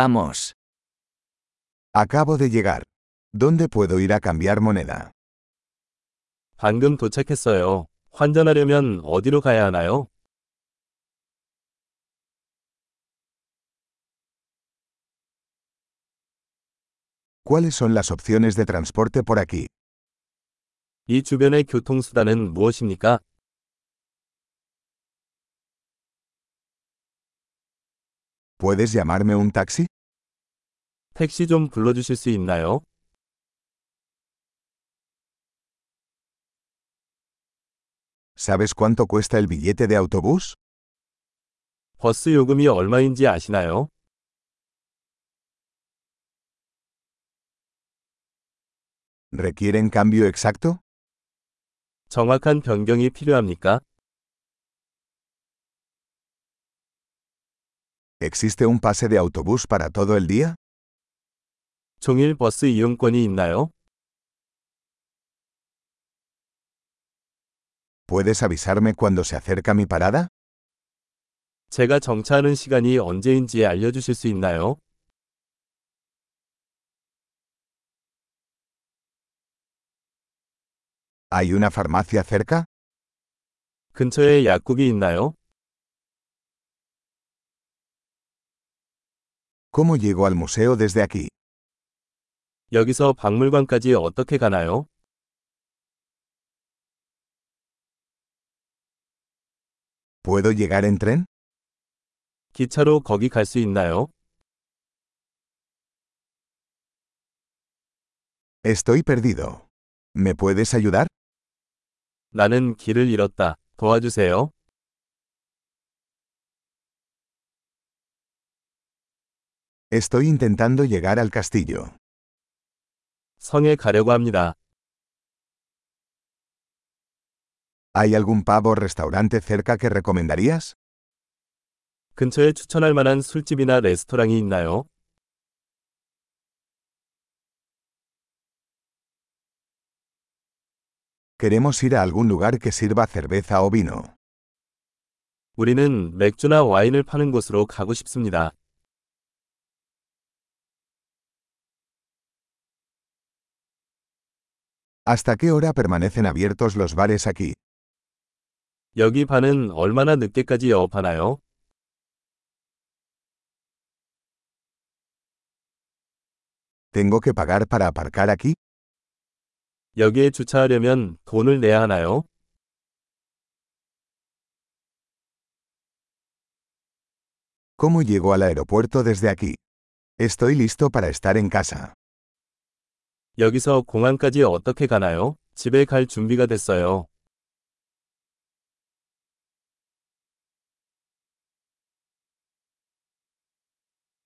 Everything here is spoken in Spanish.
Vamos. Acabo de llegar. ¿Dónde puedo ir a cambiar moneda? 방금 도착했어요. 환전하려면 어디로 가야 하나요? ¿Cuáles son las opciones de transporte por aquí? 이 주변의 교통수단은 무엇입니까? ¿Puedes llamarme un taxi? 택시 좀 불러주실 수 있나요? ¿Sabes cuánto cuesta el billete de autobús? 버스 요금이 얼마인지 아시나요? ¿Requieren cambio exacto? 정확한 변경이 필요합니까? ¿Existe un pase de autobús para todo el día? 종일 버스 이용권이 있나요? ¿Puedes avisarme cuando se acerca mi parada? 제가 정차하는 시간이 언제인지 알려주실 수 있나요? ¿Hay una farmacia cerca? 근처에 약국이 있나요? ¿Cómo llego al museo desde aquí? 여기서 박물관까지 어떻게 가나요? ¿Puedo llegar en tren? 기차로 거기 갈 수 있나요? Estoy perdido. ¿Me puedes ayudar? 나는 길을 잃었다. 도와주세요. Estoy intentando llegar al castillo. 성에 가려고 합니다. ¿Hay algún pavo o restaurante cerca que recomendarías? 근처에 추천할 만한 술집이나 레스토랑이 있나요? Queremos ir a algún lugar que sirva cerveza o vino. 우리는 맥주나 와인을 파는 곳으로 가고 싶습니다. ¿Hasta qué hora permanecen abiertos los bares aquí? 여기 반은 얼마나 늦게까지 영업하나요? ¿Tengo que pagar para aparcar aquí? 여기에 주차하려면 돈을 내야 하나요? ¿Cómo llego al aeropuerto desde aquí? Estoy listo para estar en casa. 여기서 공항까지 어떻게 가나요? 집에 갈 준비가 됐어요.